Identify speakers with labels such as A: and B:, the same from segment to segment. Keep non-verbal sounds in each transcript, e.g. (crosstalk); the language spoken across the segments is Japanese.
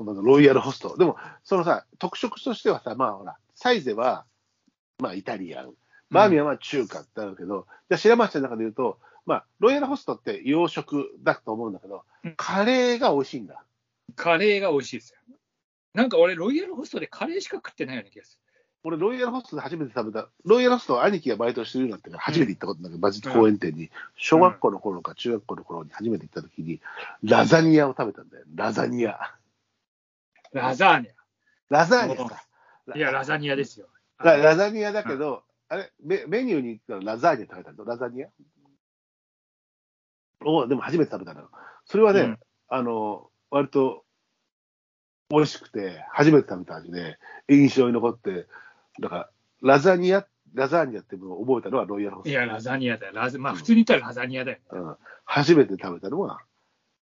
A: VR ホスト。でも、そのさ、特色としてはさ、まあほら、サイゼは、まあイタリアン、バーミヤンは中華ってあるけど、じゃあ白町の中で言うと、まあ、ロイヤルホストって洋食だと思うんだけど
B: うん、
A: カレーが美味しいんだ。
B: カレーが美味しいですよ。なんか俺、ロイヤルホストでカレーしか食ってないような気がす
A: 俺、ロイヤルホストで初めて食べた、ロイヤルホストは兄貴がバイトしてるようになってから初めて行ったことなんだけど、マジ公園店に、小学校の頃か中学校の頃に初めて行った時に、ラザニアを食べたんだよ。ラザニア。
B: る。ラザーニ
A: ラザニアか。
B: ア。いや、ラザニアですよ。
A: ララザニアだけど、あれメ、メニューに行ったらラザーニア食べたのラザニアおでも初めて食べたの。それはね、
B: うん
A: あの、割と美味しくて、初めて食べた味で、印象に残って、だから、ラザニア、ラザーニアっていうのを覚えたのはロイヤルホスト。
B: いや、ラザニアだよ。ラザまあ、普通に言ったらラザニアだよね。
A: うん、初めて食べたのは、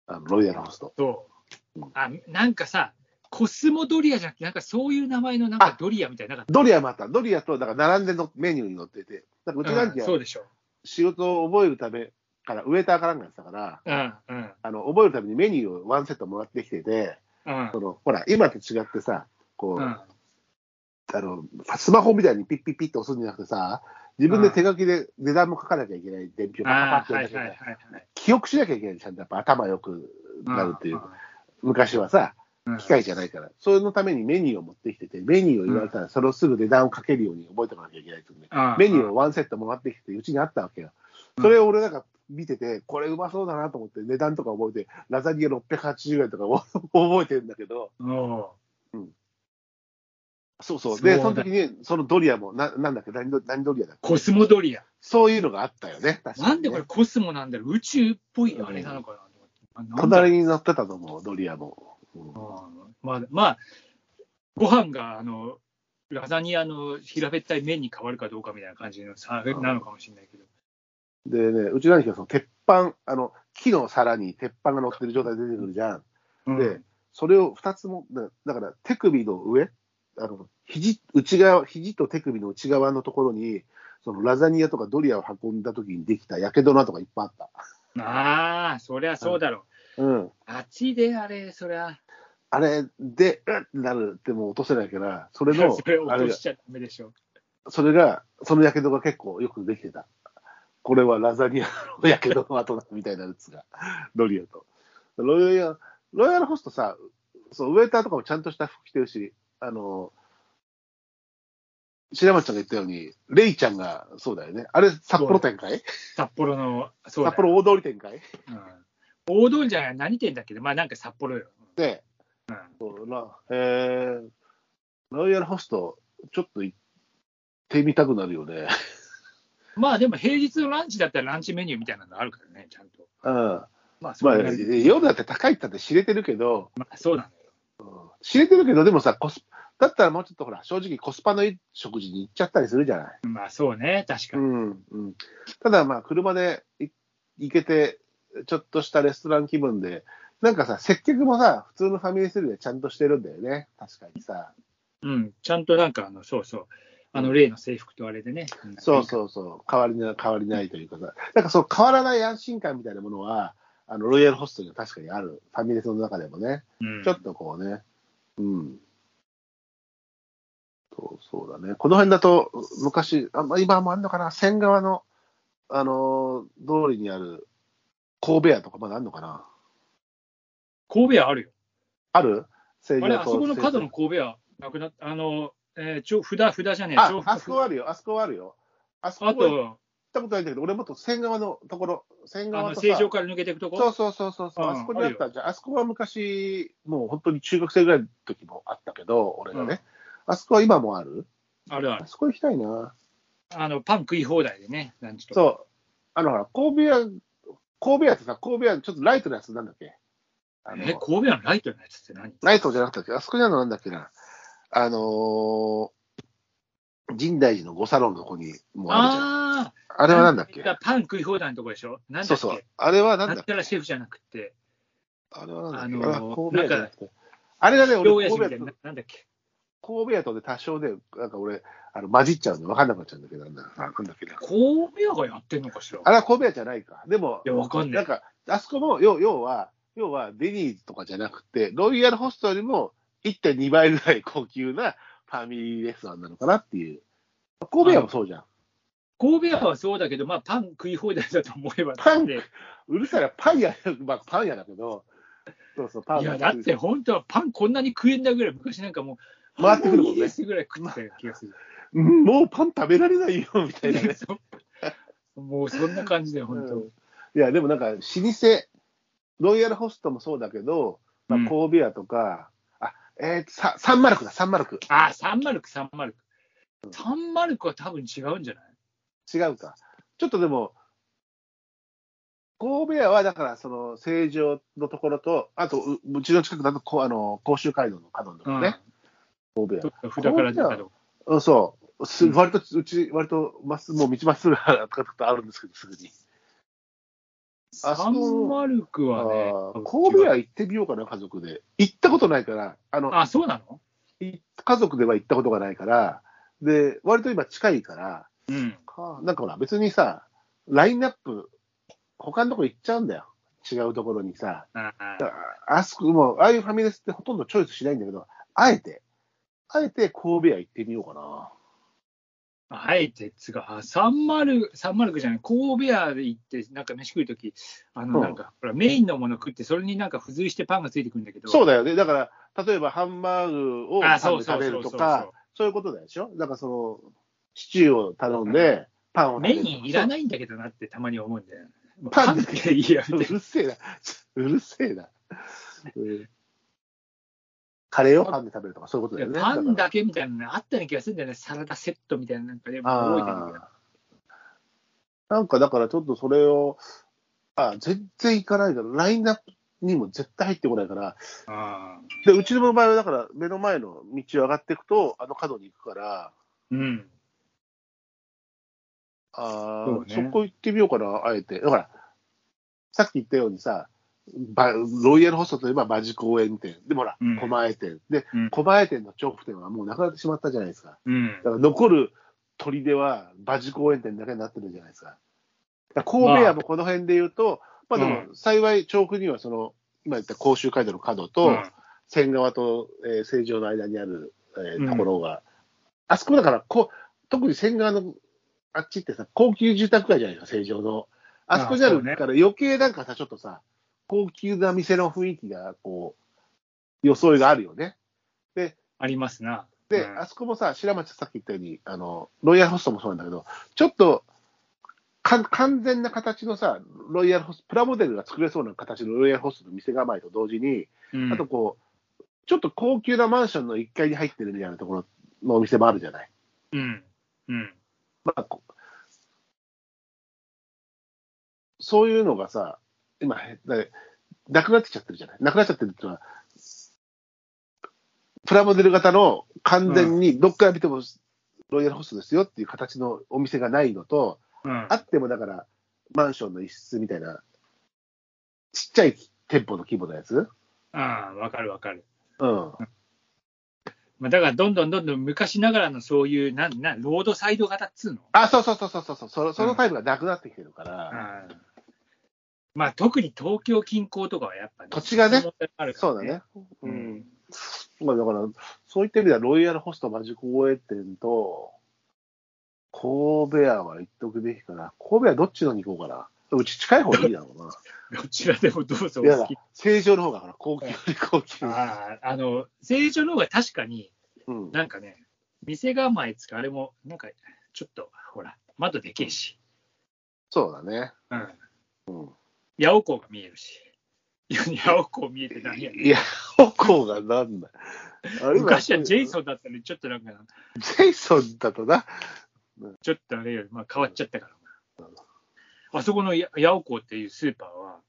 A: あのロイヤルホスト。
B: そう。あ、なんかさ、コスモドリアじゃなくて、なんかそういう名前のなんかドリアみたいななかっ
A: ドリアまた、ドリアと、だから並んでのメニューに載ってて、なんかうちな
B: た。
A: んて
B: そうでしょ。
A: 仕事を覚えるためから、ウエーターからなんかやってたから、
B: うん、うん、
A: あの覚えるためにメニューをワンセットもらってきてて、
B: うん
A: そ。のほら、今と違ってさ、こう、
B: うん
A: あの、スマホみたいにピッピッピッと押すんじゃなくてさ、自分で手書きで値段も書かなきゃいけない、伝票
B: あ
A: パパパ
B: あ、
A: ってや
B: は
A: るだ
B: い
A: け
B: はいはい
A: で、
B: はい。
A: 記憶しなきゃいけない、ちゃんとやっぱ頭良くなるっていう、昔はさ、
B: うん
A: 機械じゃないから、それのためにメニューを持ってきてて、メニューを言われたら、それをすぐ値段を書けるように覚えておかなきゃいけないっていうね、
B: うん
A: メニューをワンセットもらってきて、うちにあったわけよ。それを俺なんか見てて、これうまそうだなと思って、値段とか覚えて、ラザニア680円とかを (laughs) 覚えてるんだけど、
B: お
A: そうそう。
B: そう
A: で、
B: だ
A: その時に、そのドリアも、ななんだっけ何ド、何ドリアだっけ
B: ーコスモドリア。
A: そういうのがあったよね。確かにね
B: なんでこれコスモなんだろう宇宙っぽいあれなのかなと思ってあなんだろう
A: 隣に乗ってたと思う、ドリアも。うん
B: まあ、まあ、ご飯があのラザニアの平べったい麺に変わるかどうかみたいな感じの差
A: うん
B: なのかもしれないけど、
A: でね、うちの兄貴はその鉄板、あの、木の皿に鉄板が乗ってる状態で出てくるじゃん。
B: うん
A: で、それを2つも、だだから手首の上、あの、肘、内側、肘と手首の内側のところに、そのラザニアとかドリアを運んだ時にできたやけどなとかいっぱいあった。
B: ああ、そりゃそうだろ
A: うん。
B: う。熱いで、あれ、そりゃ、
A: あれで、うっってなるってもう落とせないから、それの
B: (laughs) それ、
A: あ
B: 落
A: れ
B: と
A: が
B: し、ちゃダメでしょ。
A: それが、そのやけどが結構よくできてた。これはラザニアのやけどの後だみたいなやつ
B: (laughs)
A: が、ロリアと。ロイヤル、ロイヤルホストさ、そう、ウェイターとかもちゃんとした服着てるし、あの、白松ちゃんが言ったように、レイちゃんが、そうだよね。あれ、札幌店かい
B: 札幌の、そうだ
A: 札幌大通り店かい
B: うん大通りじゃない、何店だっけど、まあなんか札幌よ。
A: で、
B: うん
A: そうな、えー、ロイヤルホスト、ちょっと行ってみたくなるよね。 (laughs)
B: まあでも平日のランチだったらランチメニューみたいなのあるからね、ちゃんと。
A: うん。
B: まあそ
A: まあ、
B: うだね
A: 夜だって高いったって知れてるけど、
B: まあ、そうなのよ。
A: 知れてるけど、でもさ、コスだったらもうちょっとほら、正直コスパのいい食事に行っちゃったりするじゃない。
B: まあそうね、確か
A: う
B: に。
A: んうん、ただ、まあ、車でい行けて、ちょっとしたレストラン気分で、なんかさ、接客もさ、普通のファミレスよりはちゃんとしてるんだよね、確かにさ。
B: うん、ちゃんとなんかあの、そうそう、あの例の制服とあれでね、
A: そう
B: う
A: そうそう、変わりな変わりないというかさ、なんかそう、変わらない安心感みたいなものは、あのロイヤルホストには確かにある、ファミレスの中でもね。
B: ん、
A: ちょっとこうね、うん。そうそうだね。この辺だと、昔、あまあ今もあんのかな、仙川の、あのー通りにある神戸屋とかまだあんのかな。
B: 神戸屋あるよ。
A: あるあ
B: あれ、あそこの角の神戸屋、なくなった、あの、えー、ちょ札、札じゃねえ、
A: あ
B: 調、布
A: あそこはあるよ、あそこはあるよ。あそこ
B: あ
A: は行っ
B: と、
A: たことないんだけど、俺もっと仙川のところ、仙
B: あ
A: 川
B: の
A: と
B: 正
A: さ
B: 常から抜けていくとこ、
A: そうそうそうそうそう、
B: うん
A: あそこにあった
B: あ
A: じゃん。あそこは昔、もう本当に中学生ぐらいの時もあったけど、俺がね。あそこは今もある
B: あるある
A: あ。そこ行きたいな。
B: あの、パン食い放題でね、ランチとか。
A: そう。あの、ほら、神戸屋、神戸屋ってさ、神戸屋、ちょっとライトのやつなんだっけあの
B: え、神戸屋のライトのやつって何
A: ライトじゃなかったっけあそこにあるのなんだっけな。あのー、神大寺の五サロンのとこにもあるじゃん。あ
B: ああ
A: れはなんだっけ
B: パン食い放題のとこでしょなんだっけ
A: そうそう。あれはな
B: な
A: だ
B: んん
A: っけ
B: たらシェフじゃなくて、
A: あれはなんだっけ、
B: あのー
A: あれは神戸屋じゃ
B: な
A: なんくて。あれがね、
B: 京
A: 俺
B: やし
A: 神
B: みた
A: 戸
B: い
A: 屋と
B: な、なんだっけ
A: 神戸屋とで多少で、なんか俺、あの混じっちゃうんで分かんなくなっちゃうんだけど、なんだなんだっけな。
B: 神戸屋がやってんのかしら
A: あれは神戸屋じゃないか。でも、
B: いやわかんない
A: んか、あそこも、要要は、要は、デニーズとかじゃなくて、ロイヤルホストよりも、 1.2倍ぐらい高級なファミリーレストランなのかなっていう。神戸屋もそうじゃん。
B: 神戸屋はそうだけど、まあ、パン食い放題だと思えば、だって、
A: うるさいな、パン屋、まあパン屋だけど、そうそう、パン
B: いや、だって本当はパンこんなに食えんだぐらい、昔なんかもう、
A: 回ってくるもんね
B: いいですぐらい食ってた気がする。
A: うんもうパン食べられないよ、みたいなね。
B: そう (laughs) もうそんな感じだよ、本当。
A: いや、でもなんか、老舗、ロイヤルホストもそうだけど、まあ
B: うん、
A: 神戸屋とか、あ、えーと、さサンマルクだ、サンマルク。
B: あ、サンマルク、サンマルク。サンマルクは多分違うんじゃない
A: 違うか。ちょっとでも、神戸屋はだから、その、成城のところと、あと、ううちの近くだと、こうあの、甲州街道の角のところね、神戸
B: ど
A: 屋
B: っか札から出たとこ。
A: うん。そう。す
B: うん
A: 割と、うち、割と、まっすぐ、もう道まっすぐなとことあるんですけど、すぐに。あ
B: サンマルクはね
A: あー、神戸屋行ってみようかな、家族で。行ったことないから、あの、
B: あ、そうなの
A: い家族では行ったことがないから、で、割と今近いから、
B: うん。
A: かなんかほら、別にさ、ラインナップ、他のとこ行っちゃうんだよ。違うところにさ。
B: あ
A: だ
B: ー
A: あそこも、ああいうファミレスってほとんどチョイスしないんだけど、あえて、あえて神戸屋行ってみようかな。
B: あえてっつうか、あサンマルク、サンマルクじゃない、神戸屋で行って、なんか飯食うとき、あ
A: う
B: の、
A: ん
B: なんか、ほら、メインのもの食って、それになんか付随してパンがついてくるんだけど。
A: そう
B: だ
A: だよね。だから、例えばハンバーグを
B: あ
A: パ
B: そ
A: ン
B: う
A: で
B: そ
A: 食
B: う
A: べ
B: そう
A: る
B: そ
A: と
B: う
A: か、そういうことだでしょだからその、シチューを頼んで、パンを食べ
B: メ
A: るとか。
B: インいらないんだけどなってたまに思うんだよ。
A: パン
B: パンでいいや、
A: う
B: みたい
A: るせえな。うるせえな。うんカレーをパンで食べるとか、そういうことだよ
B: な。
A: ね。
B: パン
A: だ
B: だけみたいなのあったような気がするんだよね。サラダセットみたいな、なんかね、
A: から
B: 覚えてるんだけど
A: あーなんかだからちょっとそれを、あ全然行かないから、ラインナップにも絶対入ってこないから、
B: あー
A: でうちの場合はだから、目の前の道を上がっていくと、あの角に行くから、
B: うん。
A: あ
B: そう
A: そ,、
B: ね
A: そこ行ってみようかな、あえて。だから、さっき言ったようにさ、ばロイヤルホストといえば馬事公園店、でもほら
B: うん、
A: 狛江店、で、
B: うん
A: 狛江店の調布店はもうなくなってしまったじゃないですか。
B: うん
A: だ。から残る砦は馬事公園店だけになってるじゃないですか。だから神戸屋もこの辺で言うと、まあ、でも幸い調布にはその、今言った甲州街道の角と、
B: うん
A: 仙川と、えー成城の間にある、え
B: うん
A: ーところが、あそこだからこう、特に仙川のあっちってさ、高級住宅街じゃないですか、成城の。あそこじゃあ
B: あそ
A: る
B: うね
A: から余計なんかさ、ちょっとさ、高級な店の雰囲気が、こう、装いがあるよね。
B: ありますな。
A: で、
B: うん
A: あそこもさ、白町さっき言ったように、あの、ロイヤルホストもそうなんだけど、ちょっと、か完全な形のさ、ロイヤルホスト、プラモデルが作れそうな形のロイヤルホストの店構えと同時に、
B: うん
A: あとこう、ちょっと高級なマンションの1階に入ってるみたいなところのお店もあるじゃない。
B: うん。うん。
A: まあ、こそういうのがさ、今、へだなくなってきちゃってるじゃない。なくなっちゃってるっていうのは、プラモデル型の完全にどっから見てもロイヤルホストですよっていう形のお店がないのと、
B: うん
A: あってもだから、マンションの一室みたいな、ちっちゃい店舗の規模のやつ。
B: ああ、わかるわかる。
A: うん。
B: まあ、だから、どんどんどんどん昔ながらのそういう、なん、なん、ロードサイド型っつうの
A: あ、そうそうそうそうそうその、そのタイプがなくなってきてるから。
B: うんまあ、特に東京近郊とかはやっぱ、
A: 土地がね、
B: あるか
A: そう
B: ら
A: だね。。う。
B: うんん。
A: まあだから、そういった意味では、ロイヤルホストマジック応援店と、神戸屋は行っとくべきかな。神戸屋どっちのに行こうかな。うち近い方がいいだろうな。
B: どちらでもどうぞ
A: いや
B: お
A: だ
B: 好き。、
A: 成城の方がほら高級より高級。
B: ああ、あの、成城の方が確かに、
A: うん。
B: なんかね、店構えつか、あれも、なんか、ちょっと、ほら、窓でけえし、
A: そうだね。
B: うん。
A: うん。
B: 八百港が見えるし。 (laughs) いや八百港見えてないやん。
A: いや、方向がなんだ。あれ
B: 昔はジェイ
A: ン。
B: ソンだったのに、ちょっとなんか、
A: ジェイソンだとな。
B: ちょっとあれより、まあ、変わっちゃったから。あそこのや八百港っていうスーパーは、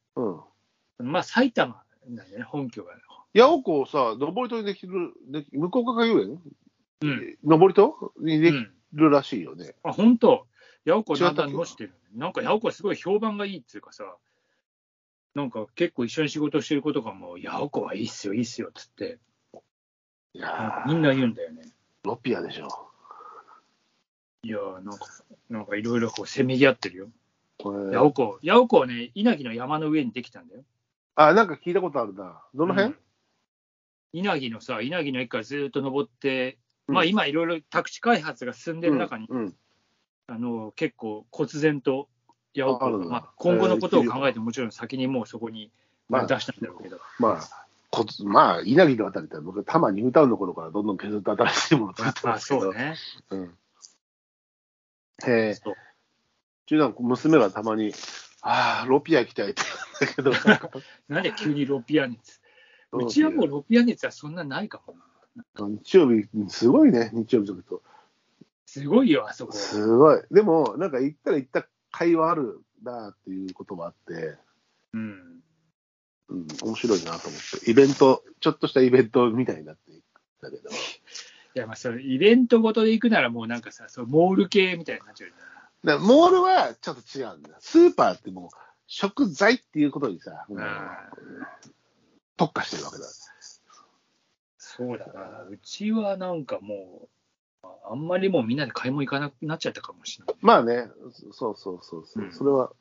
A: うん。
B: まあ、埼玉なんだよね、本拠が。
A: 八百子さ、上り戸にできる、でき向こう側遊園
B: うん。
A: 上り戸に
B: う
A: でき
B: ん、
A: るらしいよね。
B: あ、本当八百子だんだん落ちてる。なんか八百子すごい評判がいいっていうかさ、なんか結構一緒に仕事してる子とかも、八百子はいいっすよ、いいっすよっつって、
A: い
B: なんか
A: や
B: みん
A: ー、
B: な言うんだよね。
A: ロピアでしょ。
B: いやーなんか、なんかいろいろこう、せめぎ合ってるよ。
A: これ
B: 八百子、八百子はね、稲城の山の上にできたんだよ。
A: あ、なんか聞いたことあるな。どの辺、
B: うん稲城のさ、稲城の駅からずっと登って、まあ今いろいろ宅地開発が進んでる中に、
A: うんうん
B: あの結構、忽然と八百
A: ああ
B: 子
A: る
B: が、
A: の
B: まあ、今後のことを考えて、もちろん先にもうそこに
A: まあ
B: 出したんだろうけど、
A: まあ、こまあ、稲城のあたりって、僕、多摩ニュータウンの頃からどんどん削って新しいものを作って
B: ま
A: ま
B: あ
A: すけ
B: そ
A: ど、
B: うね。
A: うん。えー、
B: そう
A: 中段、娘がたまに、ああ、ロピア行きたいって言うんだけど、
B: なんで急にロピア熱 (laughs) うちはもうロピア熱はそんなないかもな。
A: 日曜日、すごいね、日曜日とかと。
B: すごいよ、あそこ。
A: すごい。でも、なんか行ったら行った会話あるなっていうこともあって、
B: うん。
A: うん、面白いなと思って、イベント、ちょっとしたイベントみたいになっていくんだけど、
B: いや、まあ、それイベントごとで行くなら、もうなんかさ、そうモール系みたいになっちゃうよね
A: だからモールはちょっと違うんだ。スーパーってもう、食材っていうことにさ、もう
B: うん
A: 特化してるわけだ。
B: そうだな。うちはなんかもう、ああんまりもうみんなで買い物行かなくなっちゃったかもしれない。
A: まあね、そうそうそうそう、
B: うん
A: それは。